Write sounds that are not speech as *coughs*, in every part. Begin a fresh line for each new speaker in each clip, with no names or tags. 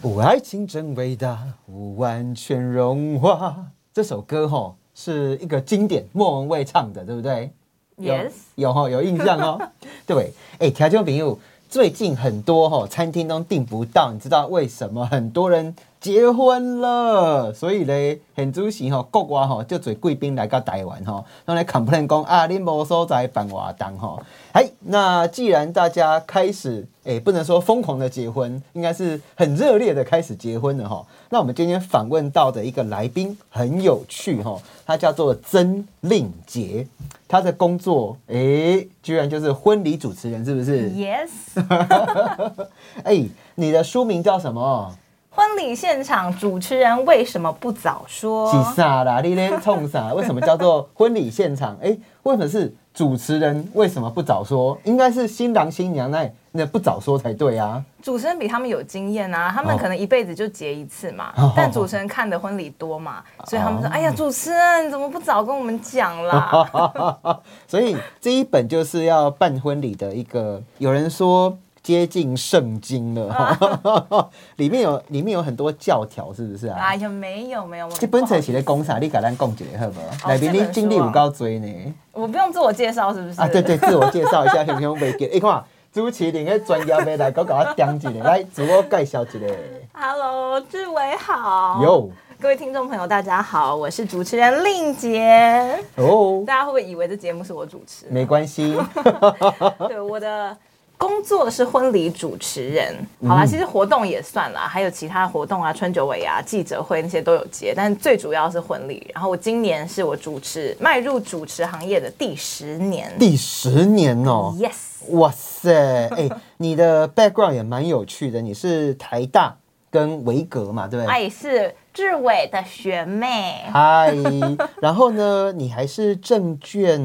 不爱情真伟大，不完全融化。这首歌吼、是一个经典，莫文蔚唱的，对不对？有
Yes，
有哈、有印象哦。对，哎，调酒朋友，最近很多哈、餐厅都订不到，你知道为什么？很多人结婚了，所以嘞，很主席哈、国外哈、就做贵宾来到台湾哈、用来 complain 讲啊，恁无所在办活动哈。哎，那既然大家开始哎，不能说疯狂的结婚，应该是很热烈的开始结婚了哈、那我们今天访问到的一个来宾很有趣哈、他叫做曾令杰。他的工作，诶，居然就是婚礼主持人，是不是？
Yes，
哎、你的书名叫什么？
婚礼现场主持人为什么不早说？
几啥啦？你咧冲啥？为什么叫做婚礼现场？哎、为什么是主持人？为什么不早说？应该是新郎新娘那那不早说才对啊！
主持人比他们有经验啊，他们
哦
可能一辈子就结一次嘛，
哦
但主持人看的婚礼多嘛，所以他们说：“
哦
哎呀，主持人怎么不早跟我们讲 *laughs* 啦
所以这一本就是要办婚礼的一个，有人说接近圣经了， *laughs* 哈，里面有里面有很多教条，是不是？”啊
哎？呀，没有没有，我
这本册是咧讲啥？你甲咱讲一下好无？
哦
内面
这
你
本
经历
书啊
有够多呢。
我不用自我介绍是不是？
啊，对对，自我介绍一下，熊熊袂记。你看，主持人个专业的来，搞搞我点一下，来自我介绍一下。
，Hello，志伟好，
有
各位听众朋友大家好，我是主持人令杰，
哦，
大家会不会以为这节目是我主持？
没关系，
对，我的工作是婚礼主持人。好
嗯
啦，其实活动也算啦，还有其他活动啊，春酒尾啊、记者会那些都有接，但最主要是婚礼。然后我今年是我主持迈入主持行业的第十年。
第十年哦，
Yes，
哇塞，哎，你的 background 也蛮有趣的，你是台大跟维格嘛，对不对？
爱是志伟的学妹，
嗨，然后呢，你还是证券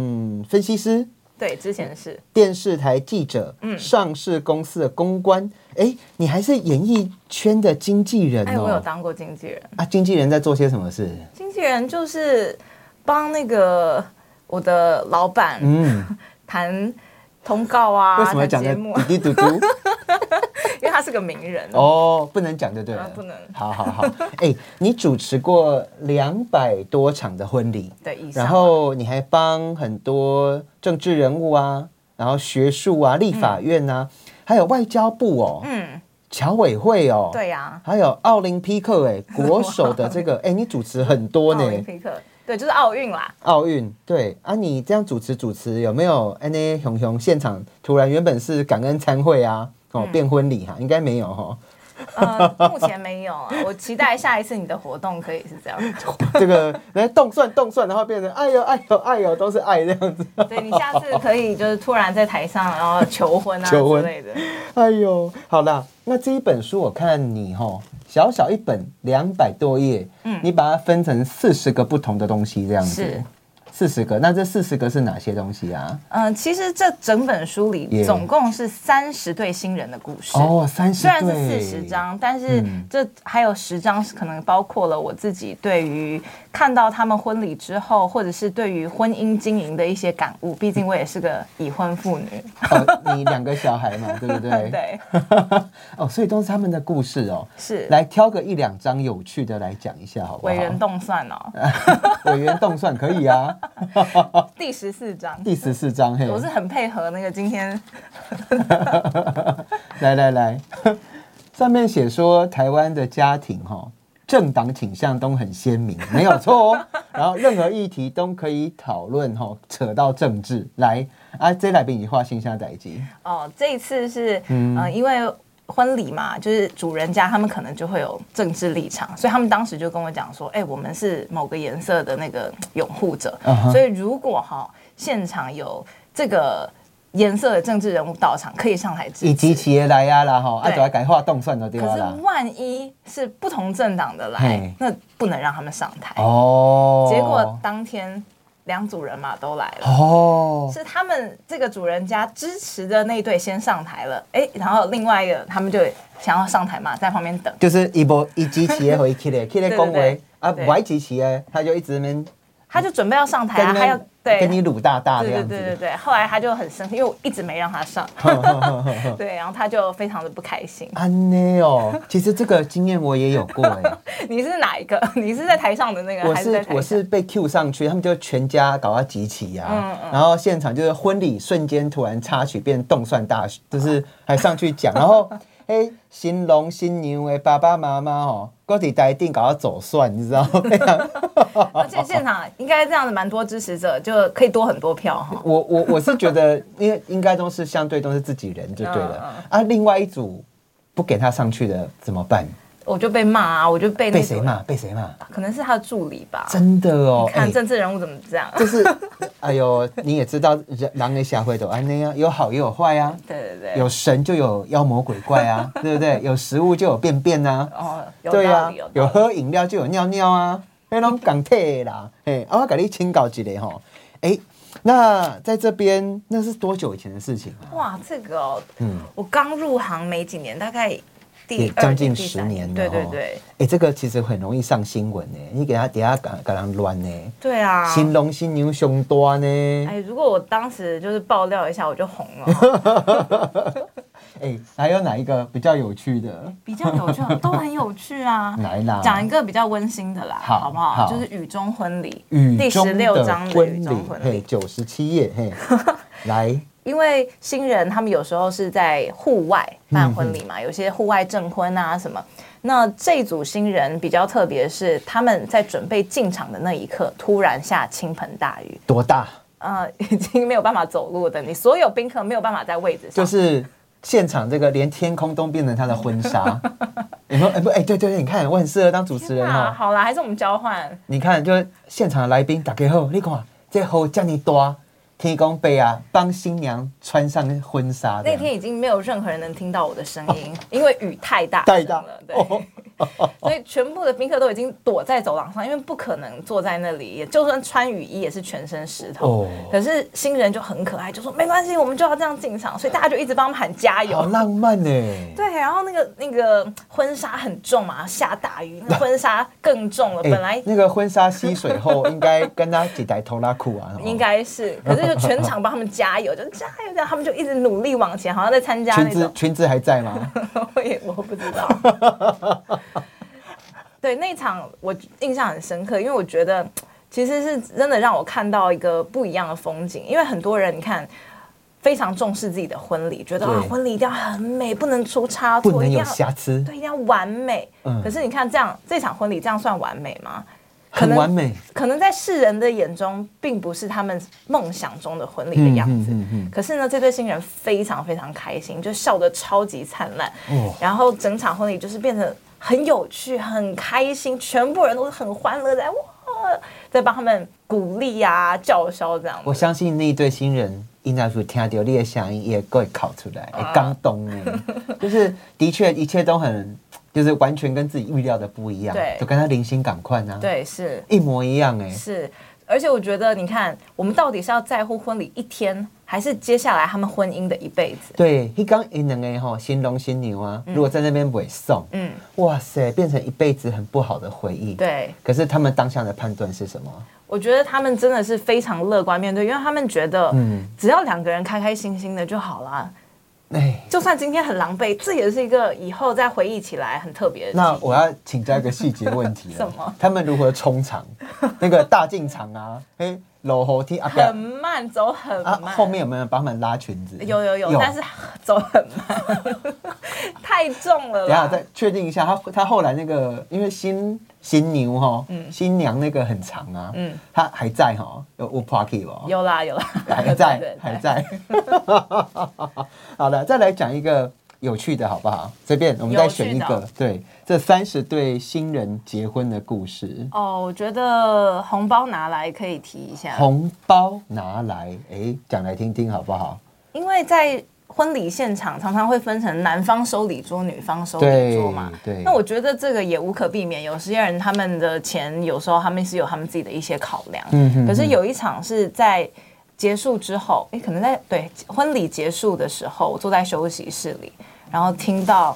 分析师。
对，之前是
电视台记者，
嗯
上市公司的公关，哎，你还是演艺圈的经纪人
哎，我有
哦。
当过经纪人，
啊，经纪人在做些什么事？
经纪人就是帮那个我的老板
嗯，
谈通告啊，
为什么
谈
讲
节
的 *laughs*
目，
滴滴
*laughs*
嘟嘟？
因为他是个名人
哦，不能讲就对了
啊，不能
好好好，哎，你主持过两百多场的婚礼，
的以上
然。后你还帮很多政治人物啊，然后学术啊、立法院啊，还有外交部哦，
嗯，
侨委会哦，
对呀、
还有奥林匹克哎，
*laughs*
国手的这个哎，你主持很多
奥林
呢，
匹克，对，就是奥运啦。
奥运对啊，你这样主持主持有没有哎那熊熊现场突然原本是感恩参会啊，哦
嗯
变婚礼哈、应该没有哈、
呃，目前没有啊，我期待下一次你的活动可以是这样。
这个来动算动算，然后变成哎呦哎呦哎呦都是爱这样子，
对你下次可以就是突然在台上然后求婚啊
求婚
之类的。
哎呦好啦，那这一本书我看你哈、小小一本两百多页，嗯，你把它分成四十个不同的东西这样子
是，
四十个，那这四十个是哪些东西啊？
嗯、其实这整本书里
Yeah
总共是三十对新人的故事。
哦，三十
虽然是
对嗯
四十，章，但是这还有十章是可能包括了我自己对于看到他们婚礼之后，或者是对于婚姻经营的一些感悟。毕竟我也是个已婚妇女，
哦你两个小孩嘛，对不对？
*laughs* 对，
哦，所以都是他们的故事哦。
是
来挑个一两张有趣的来讲一下，好不好？
为人动算哦。
*laughs* 委员动算可以啊。
第十四章，
第十四章，嘿，
我是很配合那个今天
来来来， *laughs* 上面写说台湾的家庭哈、哦，政党倾向都很鲜
*laughs*
明，没有错哦。然后任何议题都可以讨论哈、哦，扯到政治来啊，这来宾你画线下代机
哦，这一次是嗯、呃因为婚礼嘛，就是主人家他们可能就会有政治立场，所以他们当时就跟我讲说，哎、我们是某个颜色的那个拥护者
嗯哼
所以如果哈、现场有这个颜色的政治人物到场，可以上台
以
支
及
持。
企业来呀啦哈，啊，
对
主要改画动算的对
可
吧
是
啦？
万一是不同政党的来
嘿，
那不能让他们上台。
哦，
哎结果当天两组人马都来了。
哦，
是他们这个主人家支持的那一对先上台了，哎、然后另外一个他们就想要上台嘛，在旁边等。 *laughs*
就是一波一集企业回去的，去的恭维
对
啊，
对
不爱集企业，他就一直在那边
他就准备要上台啊，
跟
他要对，
跟你鲁大大这
对对
样
对对
子，
对。后来他就很生气，因为我一直没让他
*laughs*
上，对，然后他就非常的不开心。 *laughs*
安内哦，其实这个经验我也有过哎、
你是哪一个？ *laughs* 你是在台上的那个，
我
还在
是
台
我
下
是被 Q 上去，他们就全家搞到集齐呀、
嗯
然后现场就是婚礼瞬间突然插曲变动算大，
*laughs*
就是还上去讲，然后哎，新郎新娘的爸爸妈妈哦，各地台定搞到走算，你知道吗？ *laughs* 非常哦
而且现场应该这样子蛮多支持者，就可以多很多票哈。
我我我是觉得，因为应该都是相对都是自己人就对
嗯
了啊，另外一组不给他上去的怎么办？
我就被骂啊，我就被那
被
个
谁？骂？被谁骂？
可能是他的助理吧。
真的哦，哎
看政治人物怎么这样。
就是，哎呦，你也知道，人狼的下会都安那样，有好也有坏啊。
*laughs* 对对对。
有神就有妖魔鬼怪啊，对不对？有食物就有便便啊，
哦，有
对
道
啊
理，，
有
道理
喝饮料就有尿尿啊，那种港铁啦，哎，啊我给你请教一下吼，哎，那在这边那是多久以前的事情啊？
哇，这个哦，
嗯
我刚入行没几年，大概第
也
二
将近
第
十
三
年了，
对对对，。
哎，这个其实很容易上新闻呢，你给他底下给给人乱呢，
对啊。
新郎新娘凶多呢，
哎，如果我当时就是爆料一下，我就红
*laughs*
了，
哎，还有哪一个比较有趣的？
比较有趣，都很有趣
*laughs*
啊。
来啦，
讲一个比较温馨的啦，
好
好不好？
好
就是雨中婚礼，
雨
第
中
十六
的
章的
婚
雨
礼
中婚，
嘿，
礼。
九十七页，嘿，来，
因为新人他们有时候是在户外办婚礼
嗯
嘛，有些户外证婚啊什么。那这组新人比较特别，是他们在准备进场的那一刻，突然下倾盆大雨，
多大？
呃，已经没有办法走路的，你所有宾客没有办法在位置上，
就是现场这个连天空都变成他的婚
*laughs*
纱，有没有？哎、不，哎、对对对，你看我很适合当主持人
啊，
哦。
好啦，还是我们交换。
你看，就是现场的来宾打开后，你看这后叫你多天公杯啊，帮新娘穿上婚纱这
那
样。
天已经没有任何人能听到我的声音，因为雨太大
哦太
声
大哦
了，对。所以全部的宾客都已经躲在走廊上，因为不可能坐在那里，也就算穿雨衣也是全身湿透。
哦
可是新人就很可爱，就说没关系，我们就要这样进场，所以大家就一直帮他们喊加
好
油。
浪漫呢、
对，然后那个那个婚纱很重嘛，下大雨，
*laughs*
那婚纱更重了，
哎
本来
那个婚纱吸水后，应该跟他几台头拉裤啊，
应
*laughs*
该是，可是就全场帮他们加油，就加油，这样他们就一直努力往前，好像在参加
裙
啊那
子
*laughs* 种。
裙子还在吗？
我也我不知道。
*laughs*
对那场我印象很深刻，因为我觉得其实是真的让我看到一个不一样的风景，因为很多人你看。非常重视自己的婚礼，觉得啊
对
婚礼一定要很美，不能出差
不
错，
能
一定
有
要
瑕疵，
对，一定要完美。
嗯
可是你看这样这场婚礼这样算完美吗？可
很
能
完美。
可能在世人的眼中，并不是他们梦想中的婚礼的样子。
嗯嗯嗯
可是呢，这对新人非常非常开心，就笑得超级灿烂。
哦
然后整场婚礼就是变得很有趣、很开心，全部人都是很欢乐在哇，在帮他们鼓励啊、叫嚣这样子。
我相信那一对新人，应该是听到你的声音也会考出来，
啊
会刚懂
*laughs*
呢。就是的确，一切都很，就是完全跟自己预料的不一样，
对
就跟他零星赶快呢，，
对，是
啊一模一样哎。
是。而且我觉得，你看，我们到底是要在乎婚礼一天，还是接下来他们婚姻的一辈子？
对，一刚一两个吼，新郎新娘啊，如果在那边尾送，
嗯，
哇塞，变成一辈子很不好的回忆。，
对。
可是他们当下的判断是什么？
我觉得他们真的是非常乐观面对，因为他们觉得，
嗯
只要两个人开开心心的就好啦。
哎，
就算今天很狼狈，这也是一个以后再回忆起来很特别的
那
记忆。
我要请教一个细节问题了，
*laughs* 什么
他们如何冲场？那个大进场啊，嘿，落后天啊，
很慢，走很
啊
慢。，
后面有没有人帮忙拉裙子？
有有有，但是走很慢， *laughs* 太重了
等一下
啦。
再确定一下，他他后来那个，因为新新牛哈，新娘那个很长啊，嗯
嗯，
他还在哈，有有 party 哦，
有啦有啦，
还
*laughs* 对
在
对对
还在。 *laughs* 好了，再来讲一个有趣的好不好？随便我们再选一
有趣
个
的，哦
对，这三十对新人结婚的故事。
哦，我觉得红包拿来可以提一下，
红包拿来，哎，讲来听听好不好？
因为在婚礼现场常常会分成男方收礼桌、女方收礼
对
桌嘛。
对，
那我觉得这个也无可避免，有些人他们的钱有时候他们是有他们自己的一些考量。
嗯哼
可是有一场是在结束之后，诶，可能在对婚礼结束的时候，我坐在休息室里，然后听到。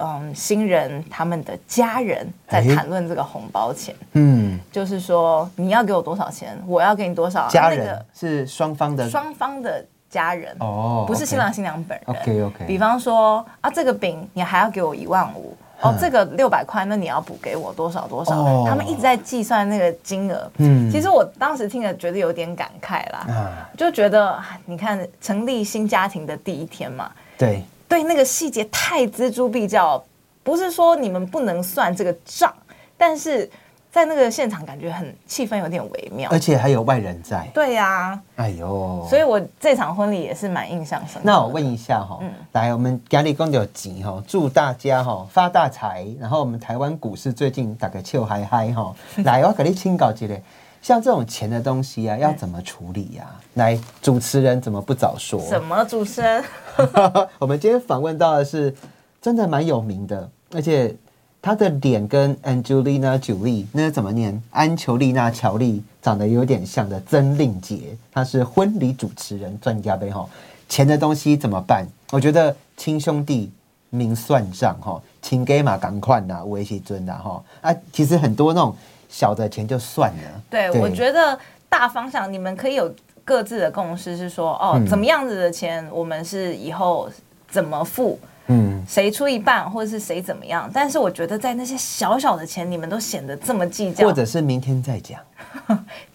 嗯新人他们的家人在
哎
谈论这个红包钱，
嗯，
就是说你要给我多少钱，我要给你多少，
家
那个
人是双方的
双方的家人
哦
不是
OK
新郎新娘本人。
OK，OK
比方说啊，这个饼你还要给我一万五。哦
嗯，
这个六百块，那你要补给我多少多少？
哦
他们一直在计算那个金额。
嗯
其实我当时听了觉得有点感慨啦，
啊，
就觉得啊你看成立新家庭的第一天嘛，
对，
对那个细节太锱铢必较，不是说你们不能算这个账，但是在那个现场感觉很气氛有点微妙
而。且还有外人在，
对呀、
哎呦，
所以我这场婚礼也是蛮印象深刻的。
那我问一下哈、
嗯
来，我们家里公有集哈，祝大家哈、发大财。然后我们台湾股市最近打个秋嗨嗨
*laughs*
哈、来，我给你清搞几嘞。像这种钱的东西啊，要怎么处理呀、来，主持人怎么不早说？
什么主持人？
*laughs* 我们今天访问到的是真的蛮有名的，而且她的脸跟 Angelina Jolie 那是怎么念？安求丽娜·乔丽长得有点像的曾令杰，她是婚礼主持人专家呗吼。钱的东西怎么办？我觉得亲兄弟明算账哈，请给嘛赶快呐，维系尊呐哈啊，其实很多那种小的钱就算了。
对，我觉得大方向你们可以有各自的共识，是说
嗯
哦，怎么样子的钱我们是以后怎么付，
嗯，
谁出一半，或者是谁怎么样。但是我觉得在那些小小的钱，你们都显得这么计较，
或者是明天再讲。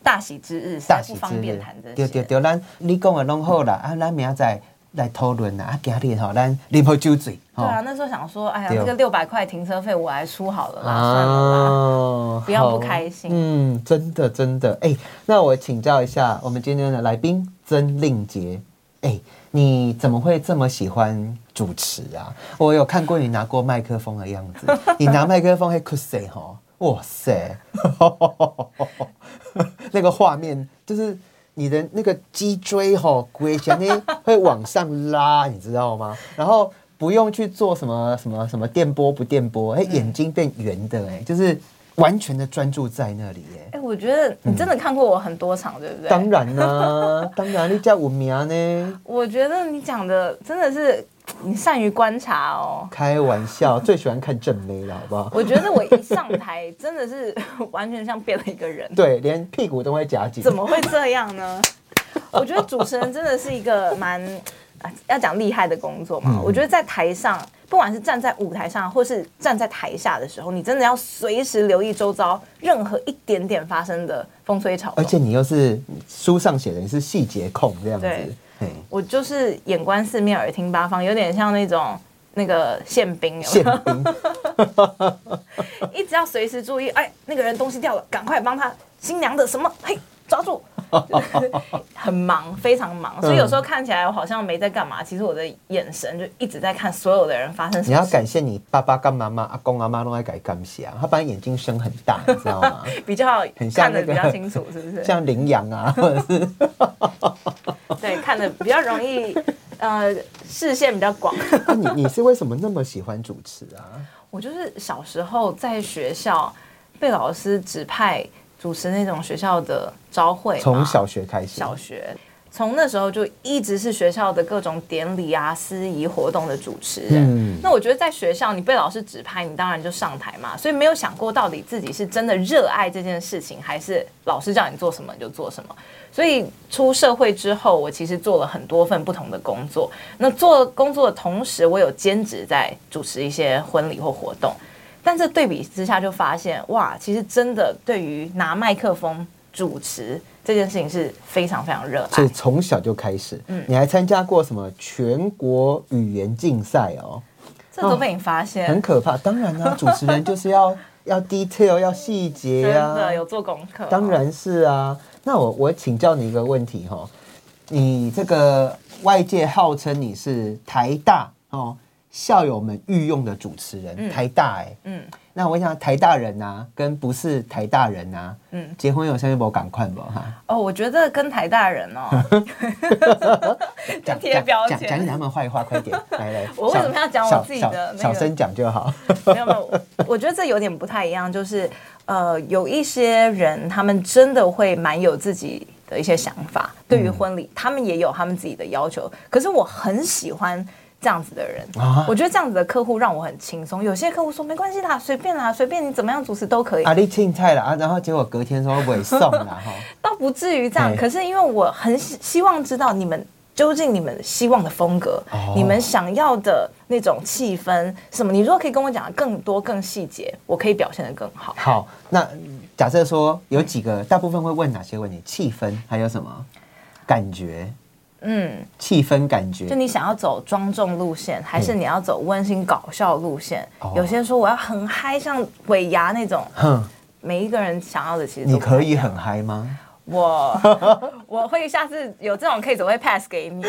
大喜之日实
大
在
喜
不
之
方便
日
谈这些。
对对对，咱你讲的拢好啦，啊，咱明仔载来讨论啦，啊，今日吼，咱啉好酒醉，吼
对啊，那时候想说，哎呀，
对
这个六百块停车费我来出好了啦，算了啦。
啊
不要不开心
好嗯，真的真的，哎、那我请教一下我们今天的来宾曾令杰，哎、你怎么会这么喜欢主持啊？我有看过你拿过麦克风的样
*laughs*
子，你拿麦克风会哭死吼，哇塞，那个画面就是。你的那个脊椎吼、哦，骨前会往上拉，你知道吗？然后不用去做什么什么什么电波不电波，哎、
嗯
眼睛变圆的、哎，就是完全的专注在那里、哎。
哎，我觉得你真的看过我很多场，对不对？
当然啦、当然你叫我名呢，
我觉得你讲的真的是你善于观察哦。
开玩笑，最喜欢看正妹了，好不好？
我觉得我一上台真的是 *laughs* 完全像变了一个人，
对，连屁股都会夹紧，
怎么会这样
*laughs*
呢？我觉得主持人真的是一个蛮啊要讲厉害的工作
嗯
嘛。我觉得在台上，不管是站在舞台上，或是站在台下的时候，你真的要随时留意周遭任何一点点发生的风吹草
而且
动。
你又是书上写的，你是细节控这样子
对，
嘿
我就是眼观四面，耳听八方，有点像那种那个宪兵，有没
宪
有？
兵，
一直要随时注意，哎，那个人东西掉了，赶快帮他新娘的什么，嘿，抓住。 *laughs* 就是很忙，非常忙，
嗯
所以有时候看起来我好像没在干嘛，其实我的眼神就一直在看所有的人发生什
你
么
要
事，
感谢你爸爸跟妈妈、阿公阿妈都爱改干谢啊，他把你眼睛生很大，你知道
*laughs*
吗？
比较
嗯很像
看
那
得
个
比较清楚，是不是？
像羚羊啊， *laughs* 或者是
对，看得比较
*laughs*
容易，呃，视线比较广。
那你你是为什么那么喜欢主持啊？
我就是小时候在学校被老师指派主持那种学校的招会嘛，
从小学开始，
小学，从那时候就一直是学校的各种典礼啊、司仪活动的主持人。
嗯
那我觉得在学校，你被老师指派，你当然就上台嘛，所以没有想过到底自己是真的热爱这件事情，还是老师叫你做什么你就做什么。所以出社会之后，我其实做了很多份不同的工作。那做工作的同时，我有兼职在主持一些婚礼或活动。但这对比之下就发现，哇，其实真的对于拿麦克风主持这件事情是非常非常热
所以
爱。
从小就开始。
嗯
你还参加过什么全国语言竞赛哦？
这都被你发现，
很可怕。当然啦、啊主持人就是要要 detail，要细节啊
真
呀、
的有做功课。
当，然是啊。那我我请教你一个问题哈、你这个外界号称你是台大哦校友们御用的主持人，台大哎、
嗯，
那我想台大人啊，跟不是台大人啊，嗯，结婚有相信不赶快不哈，
哦，我觉得跟台大人
*laughs*
哦，
讲
*laughs* 贴标
讲
签
讲讲他们坏话，快点 *laughs* 来来。
*laughs* 我为
小
什么要讲我
小
自己
小
的那
小
个
声讲就好。
没有没有，我觉得这有点不太一样，就是呃，有一些人他们真的会蛮有自己
嗯
的一些想法，对于婚礼，他们也有他们自己的要求。可是我很喜欢这样子的人。
啊
我觉得这样子的客户让我很轻松。有些客户说没关系啦，随便啦，随便你怎么样主持都可以，
啊，你青菜啦，啊，然后结果隔天说尾送啦，哈，
倒不至于这样。
嘿
可是因为我很希希望知道你们究竟你们希望的风格，
哦
你们想要的那种气氛什么。你如果可以跟我讲得更多更细节，我可以表现得更好。
好，那假设说有几个，大部分会问哪些问题？气氛还有什么感觉？
嗯，
气氛感觉
就你想要走庄重路线，还是你要走温馨搞笑路线？
嗯哦
有些人说我要很嗨，像尾牙那种。
哼，
每一个人想要的其实都
你
不太
可
一
以
样
很嗨吗？ *laughs*
我我会下次有这种 case 我会 pass 给你。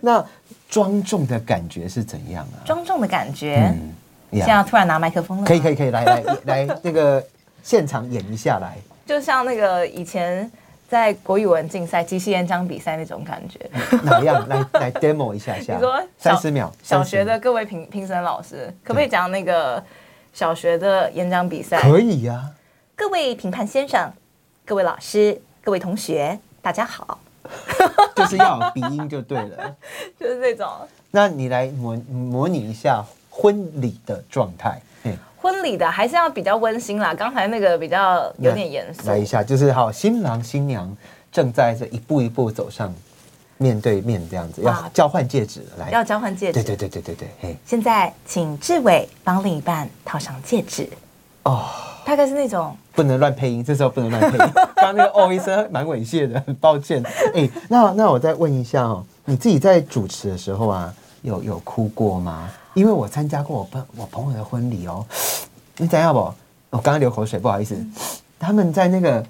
那庄重的感觉是怎样啊？
庄重的感觉，
呀
现在要突然拿麦克风了吗，
嗯可以可以可以，来来来，那个现场演一下来。
就像那个以前在国语文竞赛、即兴演讲比赛那种感觉。
哪样？来来 demo 一下下。
你说小
三十秒，
小
30
学的各位评评审老师，可不可以讲那个小学的演讲比赛？
可以呀、
各位评判先生、各位老师、各位同学，大家好，
就是要有鼻音就对了。
就是这种。
那你来模模拟一下婚礼的状态。嘿
婚礼的还是要比较温馨啦，刚才那个比较有点严肃
来。一下，就是好，新郎新娘正在这一步一步走上面对面这样子，要
哇
交换戒指了来。
啊要交换戒
对
指，
对对对对对，嘿，
现在请志伟帮另一半套上戒指，
哦，
大概是那种
不能乱配音，这时候不能乱配
*laughs*
音。刚刚那个哦一声蛮猥亵的， *laughs* 很抱歉。哎，那那我再问一下哦，你自己在主持的时候啊，有有哭过吗？因为我参加过我朋我朋友的婚礼哦，你等一下不？我刚刚流口水，不好意思。他们在那个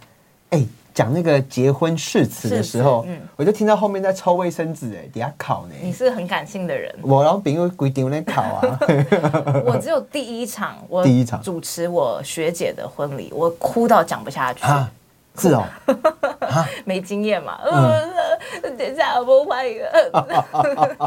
哎讲那个结婚誓词的时候，
誓词嗯
我就听到后面在抽卫生纸，哎，底下烤呢。。
你是很感性的人
*laughs* 我然后朋友规定在烤啊， *laughs*
我只有第一场，我
第一场
主持我学姐的婚礼，我哭到讲不下去，
啊，嗯是哦，
没经验嘛。呃，等一下，我不换一个。呃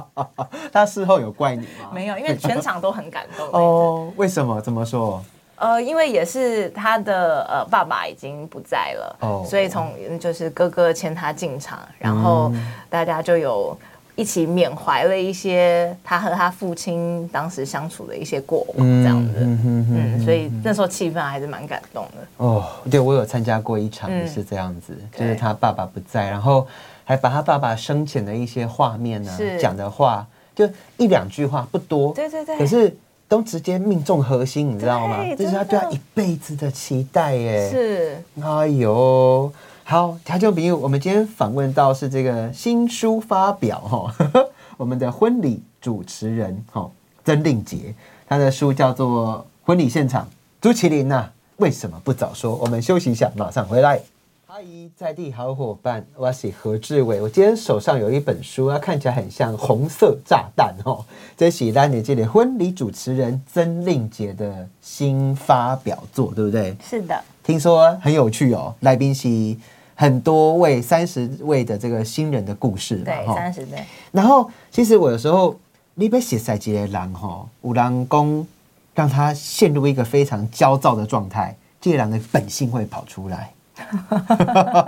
他事后有怪你吗？
没有，因为全场都很感动。
哦，为什么？怎么说？
呃，因为也是他的呃爸爸已经不在了，
哦
所以从嗯就是哥哥牵他进场，然后
嗯
大家就有一起缅怀了一些他和他父亲当时相处的一些过往，这样子。嗯
哼哼
所以那时候气氛还是蛮感动的。
哦，对我有参加过一场，
嗯
也是这样子，就
对
是他爸爸不在，然后还把他爸爸生前的一些画面呢、
是
讲的话，就一两句话，不多，
对对对
可是都直接命中核心，你知道吗？
对
这是他对
真的
他一辈子的期待耶。
是，
哎呦，好，台中朋友，我们今天访问到是这个新书发表哈、 *laughs* 哦，我们的婚礼主持人哈、哦、曾令杰，他的书叫做《婚礼现场》，朱麒麟呐、为什么不早说？我们休息一下，马上回来。阿姨，在地好伙伴，我是何志伟。我今天手上有一本书，它看起来很像红色炸弹哦。这是咱的这里婚礼主持人曾令杰的新发表作，对不对？
是的，
听说很有趣哦，来宾席很多位三十位的这个新人的故事嘛，
对，
吼
三十岁，
然后其实我有时候你被写在一个人吼，有人公让他陷入一个非常焦躁的状态，这个人的本性会跑出来。 *laughs*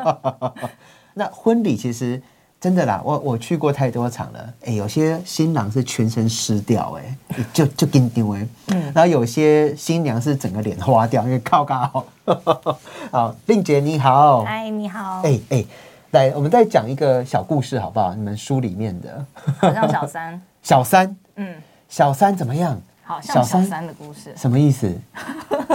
那婚礼其实真的啦，我我去过太多场了，哎、有些新郎是全身湿掉、哎，就就跟丢哎，然后有些新娘是整个脸花掉，因为靠尬好。 *laughs* 好，令姐你好，
嗨，你好，
哎哎、来，我们再讲一个小故事好不好？你们书里面的
好像
*laughs*
小三，
小三，
嗯，
小三怎么样？
好
小
像小
三
三的故事。
什么意
*laughs*
思？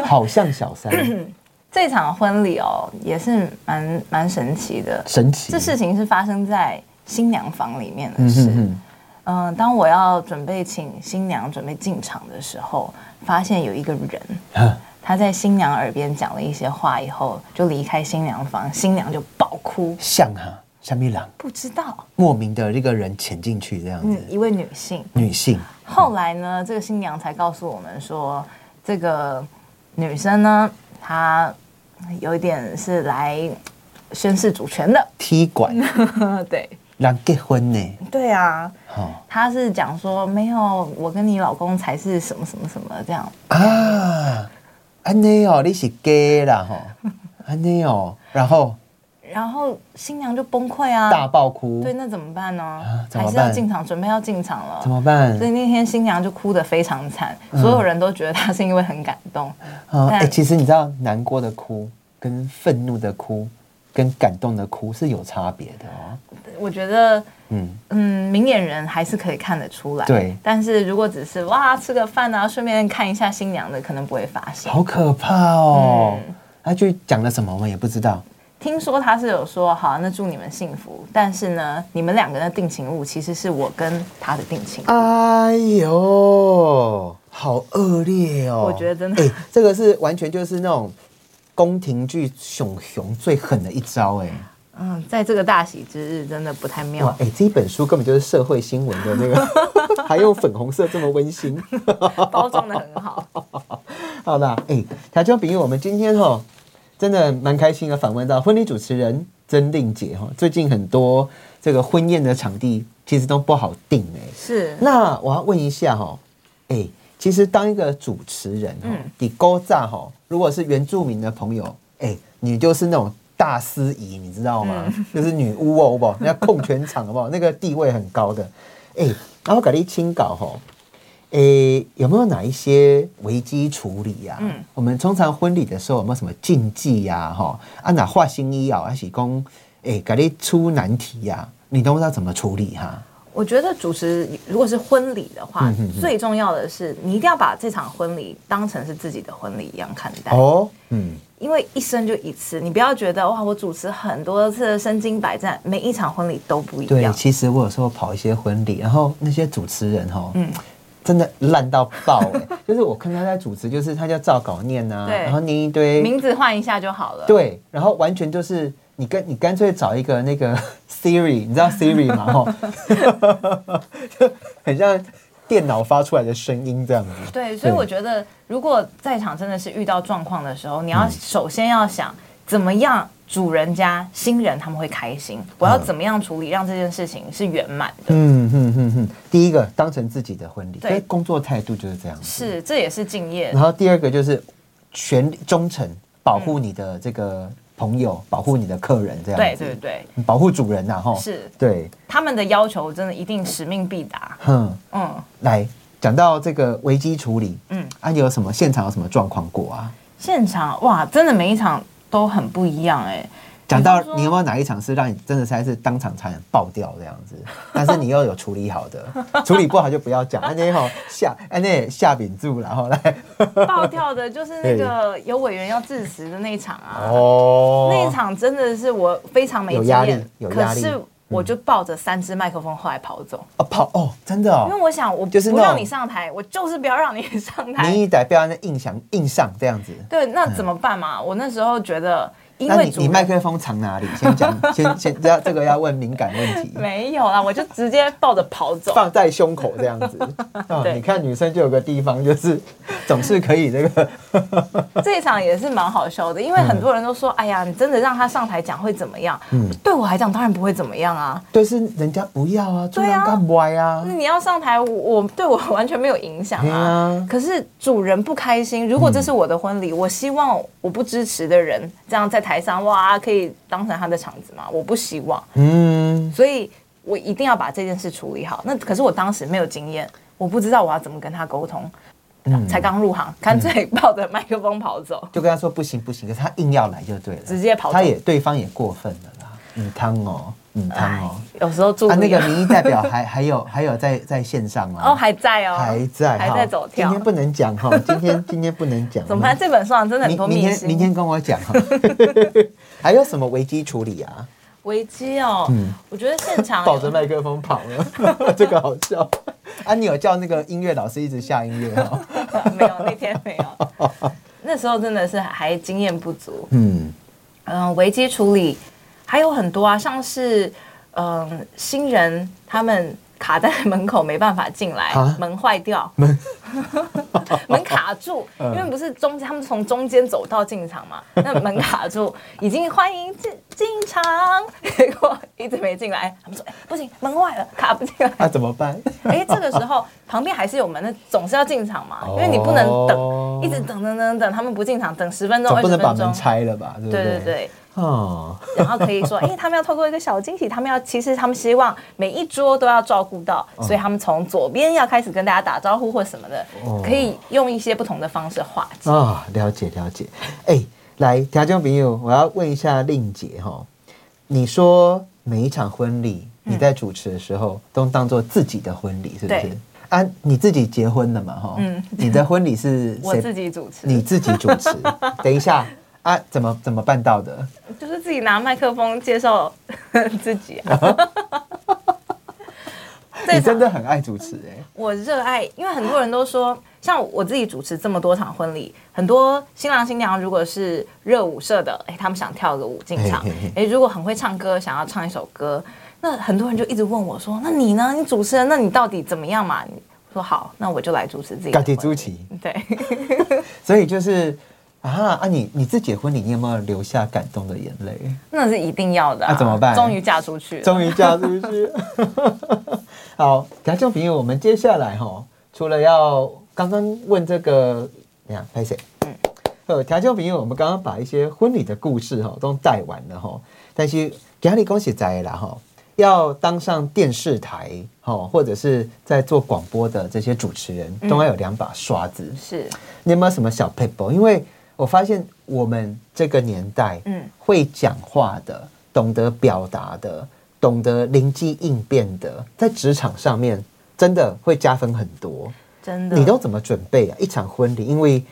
好像小三，
*coughs* 这场婚礼哦，也是蛮蛮神奇的。
神奇。
这事情是发生在新娘房里面的事。
嗯
嗯
哼
当我要准备请新娘准备进场的时候，发现有一个人，
哼
他在新娘耳边讲了一些话以后，就离开新娘房，新娘就爆哭，
像哈，像米郎
不知道，
莫名的这个人潜进去这样
嗯
子，，
一位女性。
女性
后来呢，这个新娘才告诉我们说，这个女生呢，她有一点是来宣示主权的，
踢
*laughs*
馆，
对。
人结婚呢，
对啊，
哦
他是讲说没有，我跟你老公才是什么什么什么这样。 *laughs*
啊，安尼哦，你是 gay 啦吼，安尼哦，然后
然后新娘就崩溃啊，
大爆哭，啊
对，那怎么办呢？
怎么
还是
办
要进场，准备要进场了。
怎么办嗯
所？以那天新娘就哭得非常惨，所有人都觉得她是因为很感动。
啊，哎、
但
其实你知道，难过的哭、跟愤怒的哭、跟感动的哭是有差别的哦。
我觉得，
嗯，
嗯，明眼人还是可以看得出来。
对
但是如果只是哇吃个饭啊，顺便看一下新娘的，可能不会发生。
好可怕哦！他就讲了什么，我们也不知道。
听说他是有说好，啊那祝你们幸福，但是呢，你们两个的定情物其实是我跟他的定情物。
哎呦，好恶劣哦！
我觉得真的
哎这个是完全就是那种宫廷剧熊熊最狠的一招哎、
嗯，在这个大喜之日，真的不太
哇 *laughs*
妙，。
哎、这一本书根本就是社会新闻的那
*laughs*
个，还用粉红色这么温馨。
包装的很好，
好啦，哎、台中比喻，我们今天哈真的蛮开心的，访问到婚礼主持人曾令杰哈，最近很多这个婚宴的场地其实都不好定哎、
是
那我要问一下哈、哎、其实当一个主持人哈、你勾炸哈，如果是原住民的朋友，哎、你就是那种大司仪，你知道吗？就是女巫哦，好不好？人家控全场，好不好？那个地位很高的，哎、然后给你清搞哈。哎，有没有哪一些危机处理呀、嗯，我们通常婚礼的时候有没有什么禁忌呀、哈，啊，哪画新衣啊，还是讲哎，给你出难题呀、你都不知道怎么处理哈、
我觉得主持如果是婚礼的
嗯
话，最重要的是你一定要把这场婚礼当成是自己的婚礼一样看待，
哦，嗯，
因为一生就一次，你不要觉得哇，我主持很多次，身经百战，每一场婚礼都不一
对，
样。
其实我有时候跑一些婚礼，然后那些主持人哈，
嗯
真的烂到爆、欸， *laughs* 就是我看他在主持，就是他叫照稿念呐、
对
然后念一堆，
名字换一下就好了。
对，然后完全就是你跟你干脆找一个那个 *laughs* Siri，你知道 Siri 吗？哈，就 *laughs* 很像电脑发出来的声音这样子。
对，所
对
以我觉得，如果在场真的是遇到状况的时候，你
嗯
要首先要想怎么样主人家新人他们会开心，我要怎么样处理让这件事情是圆满的。
嗯哼哼哼，第一个当成自己的婚礼，
对
所以工作态度就是这样子。
是，这也是敬业
然。后第二个就是全忠诚，保护你的这个朋友，保护你的客人，这样
对
子
对对，
保护主人呐、啊，吼，
是
对，
他们的要求真的一定使命必达。
哼，
嗯，
来讲到这个危机处理，嗯
嗯，
啊，有什么现场有什么状况过啊？
现场哇，真的每一场都很不一
*laughs*
样哎、
讲到
比方说
你有没有哪一场是让你真的实在是当场差点爆掉这样子，但是你又有处理好
*laughs*
的，处理不好就不要讲，安内吼下安内下秉住然后来
爆掉的就是那个有委员要致辞的那一场啊。
哦
那一场真的是我非常没
有
经
压力
验，
有
可
压力嗯
是我就抱着三支麦克风后来跑走，
哦跑哦真的哦，
因为我想我
就是
不
那
让
种
你上台，我就是不要让你上
民
台。
意代表那硬想硬上这样子，
对，那怎么办嘛？我那时候觉得，因
那
为
你
主
你麦
人
克风藏哪里？先
*laughs*
讲，先先这要这个要问敏感问题，
没有啦，我就直接抱着跑走。
放在胸口这样
*laughs*
子。啊，
对
你看女生就有个地方，就是 *laughs* 总是可以这个， *laughs*
*laughs* 这一场也是蛮好笑的，因为很多人都说，哎呀，你真的让他上台讲会怎么样？对我来讲当然不会怎么样啊。
对，是人家不要啊，主
对啊
人干歪啊
那。你要上台，我我对我完全没有影响
对啊
啊。可是主人不开心，如果这是我的婚礼，我希望我不支持的人这样在台上哇，可以当成他的场子嘛？我不希望，
嗯，
所以我一定要把这件事处理好。那可是我当时没有经验，我不知道我要怎么跟他沟通，才刚入行，干脆抱着麦克风跑走。
就跟他说不行不行，可是他硬要来就对了，
直接跑走
他也对方也过分了啦，嗯汤哦，嗯汤哦。
哎 *laughs* 有时候注意
啊，那个
了
民意代表还 *laughs* 还有还有在在线上吗？
哦还在哦，
还在
还
好
在走
今
跳
天。不能讲哈，今天今天不能讲。
*laughs* 怎么办？这本书上真的
嗯
很
明
多
明
秘
天
辛。
明天跟我讲
*laughs*
哈，还有什么危机处理啊？
危机哦，我觉得现场
嗯抱着麦克风跑了， *laughs* 这个好笑。啊，你有叫那个音乐老师一直下音乐哦哈？
没有， *laughs* 那天没有。
*laughs*
那时候真的是还经验不足，
嗯，
嗯，危机处理还有很多啊，像是嗯新人他们卡在门口没办法进来
啊，
门坏掉，门 *laughs* 门卡住，
嗯
因为不是中间他们从中间走到进场嘛，那门
*laughs*
卡住，已经欢迎进进场，结果一直没进来，他们说、哎不行，门坏了，卡不进来。
那、怎么办？
哎，这个时候旁边还是有门的，总是要进场嘛，
哦
因为你不能等，一直等等等等，他们不进场，等十分钟、
总
二
不
十
能把
分
门
钟。
拆了吧？对不
对对
对？
对，
哦，
然后可以
*laughs*
说，哎、他们要透过一个小惊喜，他们要其实他们希望每一桌都要照顾到，
嗯
所以他们从左边要开始跟大家打招呼或什么的，
哦
可以用一些不同的方式化解。
啊、了解了解。哎、来，听众朋友，我要问一下令姐哈，你说每一场婚礼
嗯
你在主持的时候、都当做自己的婚礼，是不是
对？
啊，你自己结婚了嘛？哈，
嗯
你的婚礼是
*laughs* 我
谁
自己主持，
你自己主
*laughs*
持。等一下啊，怎么怎么办到的？
就是自己拿麦克风介绍自己、啊。 *laughs*
*laughs*
这
你
场
真的很爱主持哎、
我热爱，因为很多人都说，像我自己主持这么多场婚礼，很多新郎新娘如果是热舞社的，哎，他们想跳个舞进场
嘿嘿；
哎，如果很会唱歌，想要唱一首歌，那很多人就一直问我说：“那你呢？你主持人，那你到底怎么样嘛？”你我说好，那我就来主持自己的
感
婚礼。
谢朱琪。
对， *laughs*
所以就是啊啊，你你自己的婚礼，你有没有流下感动的眼泪？
那是一定要的、啊。
那怎么办
终于嫁出去了，
终于嫁出去。 *laughs* 好，听众朋友，我们接下来哈，除了要刚刚问这个，你看拍谁？嗯，呃，听众朋友，我们刚刚把一些婚礼的故事哈都带完了哈，但是给你恭喜在啦哈。要当上电视台哦，或者是在做广播的这些主持人，
嗯
都要有两把刷子。
是
你有没有什么小 paper？因为我发现我们这个年代，嗯
嗯，
会讲话的、懂得表达的、懂得灵机应变的，在职场上面真的会加分很多。
真的。
你都怎么准备啊？一场婚礼，因为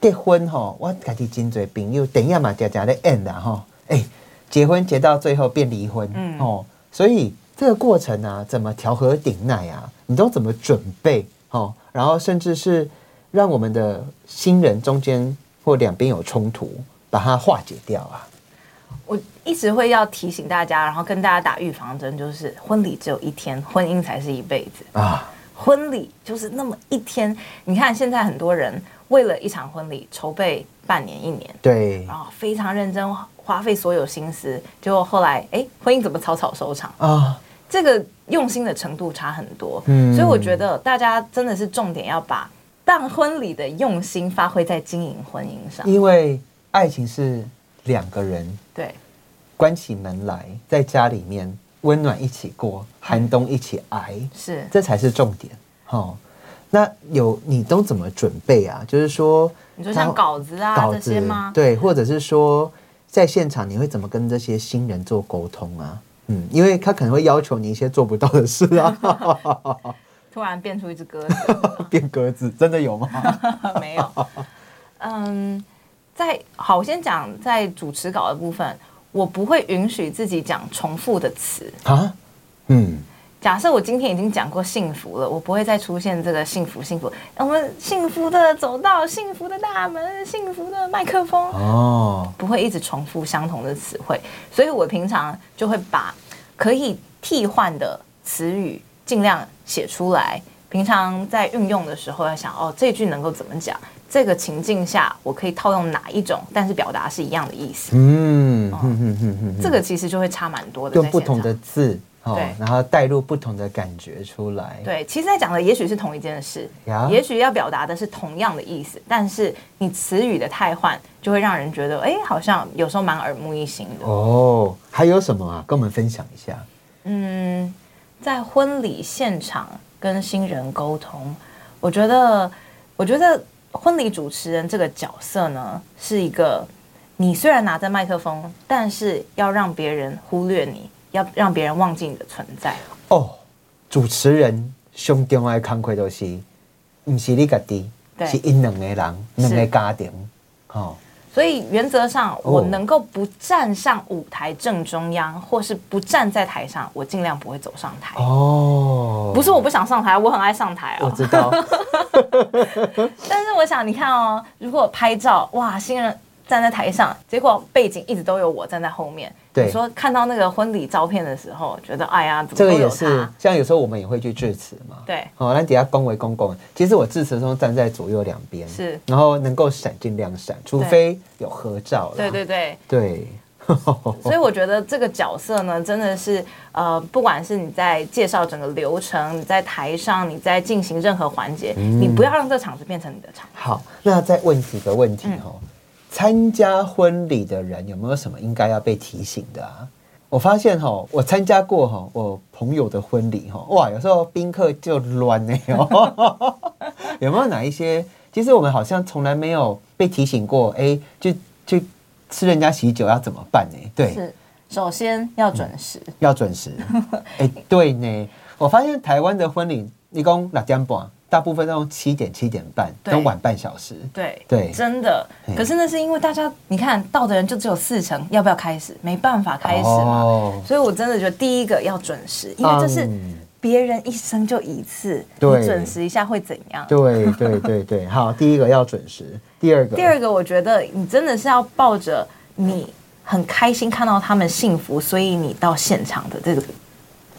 结婚吼，我家己真侪朋友，等一下嘛，家家咧 end 啦吼，哎、结婚结到最后变离婚，
嗯
哦，所以这个过程啊，怎么调和顶奶啊？你都怎么准备？哦，然后甚至是让我们的新人中间或两边有冲突，把它化解掉啊。
我一直会要提醒大家，然后跟大家打预防针，就是婚礼只有一天，婚姻才是一辈子。
啊，
婚礼就是那么一天。你看现在很多人为了一场婚礼筹备半年一年，
对
然后非常认真花费所有心思，结果后来哎，婚姻怎么草草收场？
啊，
这个用心的程度差很多。
嗯
所以我觉得大家真的是重点要把办婚礼的用心发挥在经营婚姻上。
因为爱情是两个人
对，
关起门来，在家里面温暖一起过，寒冬一起挨，
是
这才是重点。哦，那有你都怎么准备啊？就是说，
你说像稿子啊
稿
这
子
些吗？
对，或者是说在现场你会怎么跟这些新人做沟通啊？嗯，因为他可能会要求你一些做不到的事
*laughs*
啊，
突然变出一只鸽子。
变鸽子，真的有吗？
没有。嗯，在好，我先讲在主持稿的部分，我不会允许自己讲重复的词。
啊，嗯，
假设我今天已经讲过幸福了，我不会再出现这个幸福幸福，我们幸福的走到幸福的大门，幸福的麦克风，
哦，
不会一直重复相同的词汇，所以我平常就会把可以替换的词语尽量写出来。平常在运用的时候要想，哦，这句能够怎么讲？这个情境下我可以套用哪一种，但是表达是一样的意思。
嗯，哼哼哼哼哼
哦这个其实就会差蛮多的。
用
在
不
现
同
场
的字，哦
对，
然后带入不同的感觉出来。
对，其实在讲的也许是同一件事
呀，
也许要表达的是同样的意思，但是你词语的替换就会让人觉得，哎，好像有时候蛮耳目一新的。
哦，还有什么啊？跟我们分享一下。
嗯，在婚礼现场跟新人沟通，我觉得，我觉得婚礼主持人这个角色呢，是一个你虽然拿着麦克风，但是要让别人忽略你，要让别人忘记你的存在。
哦，主持人上中爱工课就是，唔是你家己，
对
是因两个人，两个家庭。哦，
所以原则上，我
哦
能够不站上舞台正中央，或是不站在台上，我尽量不会走上台。
哦，
不是我不想上台，我很爱上台哦。
我知道，
但是我想，你看哦，如果拍照，哇，新人站在台上，结果背景一直都有我站在后面。
对
你说看到那个婚礼照片的时候，觉得哎呀，
*laughs*
怎
这
么
个
都
也
有
是
他？，
像有时候我们也会去致辞嘛。
对
哦，那底下恭维公公，其实我致辞的时候站在左右两边，
是
然后能够闪尽量闪，除
对
非有合照啦。
对对对，
对，
所以我觉得这个角色呢，真的是呃，不管是你在介绍整个流程，你在台上，你在进
嗯
行任何环节，你不要让这场子变成你的场。嗯
好，那再问几个问题哦。参加婚礼的人有没有什么应该要被提醒的啊？我发现哈，我参加过哈，我朋友的婚礼哈，哇，有时候宾客就乱呢、哦。
*laughs*
有没有哪一些？其实我们好像从来没有被提醒过，哎、就就吃人家喜酒要怎么办呢？对，
是，首先要准时，
要准
*laughs*
时。哎、对呢，我发现台湾的婚礼，你讲六点半，大部分都七点、七点半，
对
都晚半小时。
对
对
真的
嘿。
可是那是因为大家，你看到的人就只有四成，要不要开始？没办法开始嘛。
哦
所以我真的觉得第一个要准时，因为这是
嗯
别人一生就一次，
对
你准时一下会怎样？
对对对对，好，第一个要准时，第二个，
第二个，我觉得你真的是要抱着你很开心看到他们幸福，所以你到现场的这个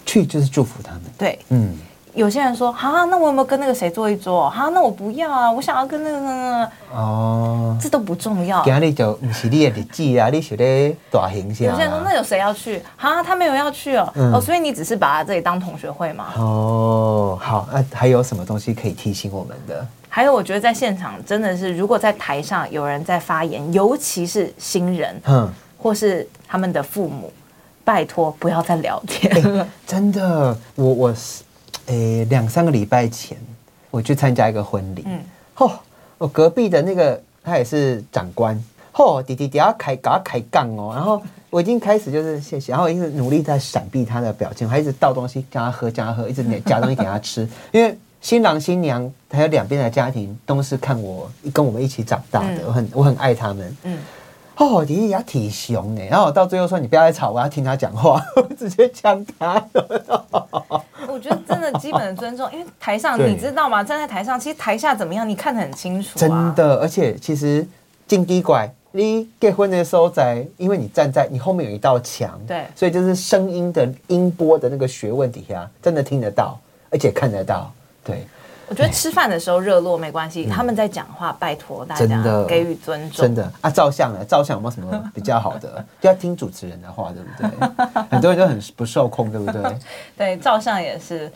去就是祝福他们。
对。
嗯，
有些人说哈，那我有没有跟那个谁坐一桌？哈，那我不要啊，我想要跟那个那个那个，
哦，
这都不重要。
今日就不是你的日子啊，你是咧大型下
有些人说那有谁要去？哈，他没有要去哦，
嗯
哦，所以你只是把这里当同学会嘛。
哦，好，那、还有什么东西可以提醒我们的？
还有，我觉得在现场真的是，如果在台上有人在发言，尤其是新人
哼、
或是他们的父母，拜托不要再聊天了。
*laughs* 真的，我我是，诶、两三个礼拜前我去参加一个婚礼，嗯
嗯，
哦，我隔壁的那个他也是长官，哦，弟弟底下开搞他开杠哦，然后我已经开始就是谢谢，然后我一直努力在闪避他的表情，我还一直倒东西叫他喝，叫他喝，一直夹东西给他吃，因为。新郎新娘还有两边的家庭都是看我跟我们一起长大的，
嗯
我很我很爱他们。
嗯，
哦，弟弟也挺凶欸的，然后我到最后说你不要再吵，我要听他讲话， *laughs* 我直接呛他。
我觉得真的基本的尊重，因为台上
对
你知道吗？站在台上，其实台下怎么样，你看得很清楚、啊。
真，的，而且其实进低拐，你结婚的时候在，因为你站在你后面有一道墙，
对
所以就是声音的音波的那个学问底下，真的听得到，而且看得到，对，
我觉得吃饭的时候热络没关系，他们在讲话，拜托大
嗯真
家
的
给予尊重。
真的啊，照相呢，照相有没有什么比较好
*laughs*
的？就要听主持人的话，对不对？很多人都很不受控，对不对？
对，照相也是，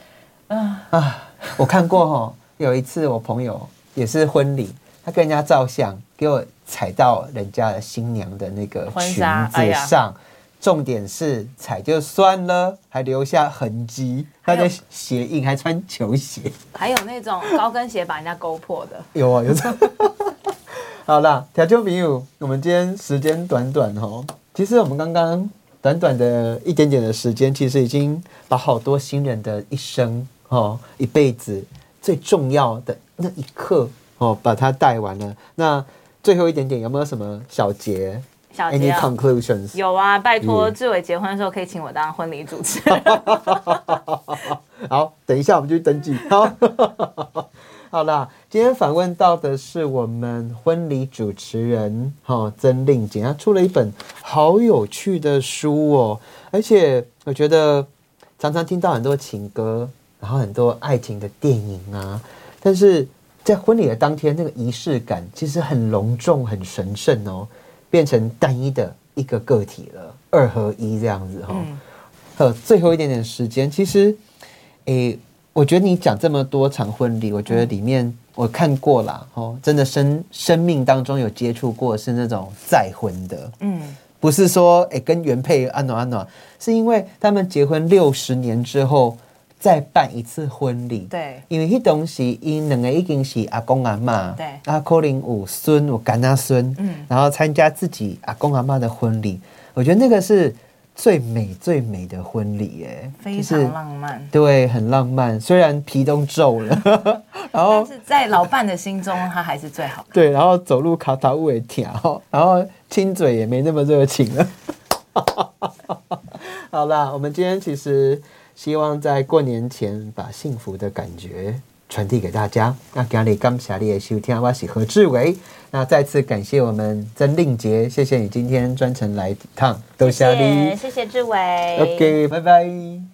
啊， *laughs* 我看过哈、有一次我朋友也是婚礼，他跟人家照相，给我踩到人家的新娘的那个
婚
裙
纱哎
子
呀
上。重点是踩就算了，还留下痕迹，他
还有
的鞋印还穿球鞋，
还有那种高跟鞋把人家勾破的。
有啊有 *laughs* 这。好啦，调酒朋友，我们今天时间短短哦，其实我们刚刚短短的一点点的时间，其实已经把好多新人的一生哦，一辈子最重要的那一刻哦，把它带完了。那最后一点点有没有什么小结
小杰、
？Any
啊、
conclusions？
有啊，拜托
哎嗯
志伟结婚的时候可以请我当婚礼主持人。
好，等一下我们就去登记。好，好 *laughs* 啦，今天访问到的是我们婚礼主持人哈、哦、曾令杰，她出了一本好有趣的书哦，而且我觉得常常听到很多情歌，然后很多爱情的电影啊，但是在婚礼的当天，那个仪式感其实很隆重、很神圣哦，变成单一的一个个体了，二合一这样子哈、哦。
嗯
呃，最后一点点时间，其实，诶、我觉得你讲这么多场婚礼，我觉得里面我看过啦，哦，真的生生命当中有接触过是那种再婚的，
嗯，
不是说诶、跟原配啊安暖安暖，是因为他们结婚六十年之后再办一次婚礼，
对
因为迄当时因两个已经是阿公阿嬷，
对
啊，可能有孙有干阿孙，
嗯
然后参加自己阿公阿嬷的婚礼，我觉得那个是最美最美的婚礼耶，
非
就是
常浪漫。
对，很浪漫，虽然皮都皱了，然后
但是在老伴的心中，他还是最好的。
对，然后走路卡塔乌也甜哦，然后亲嘴也没那么热情了。 *laughs* 好啦，我们今天其实希望在过年前把幸福的感觉传递给大家。那今日感谢你的收听，我是何志伟。那再次感谢我们曾令杰，谢谢你今天专程来一趟，多谢你。
谢谢志伟
OK，拜拜。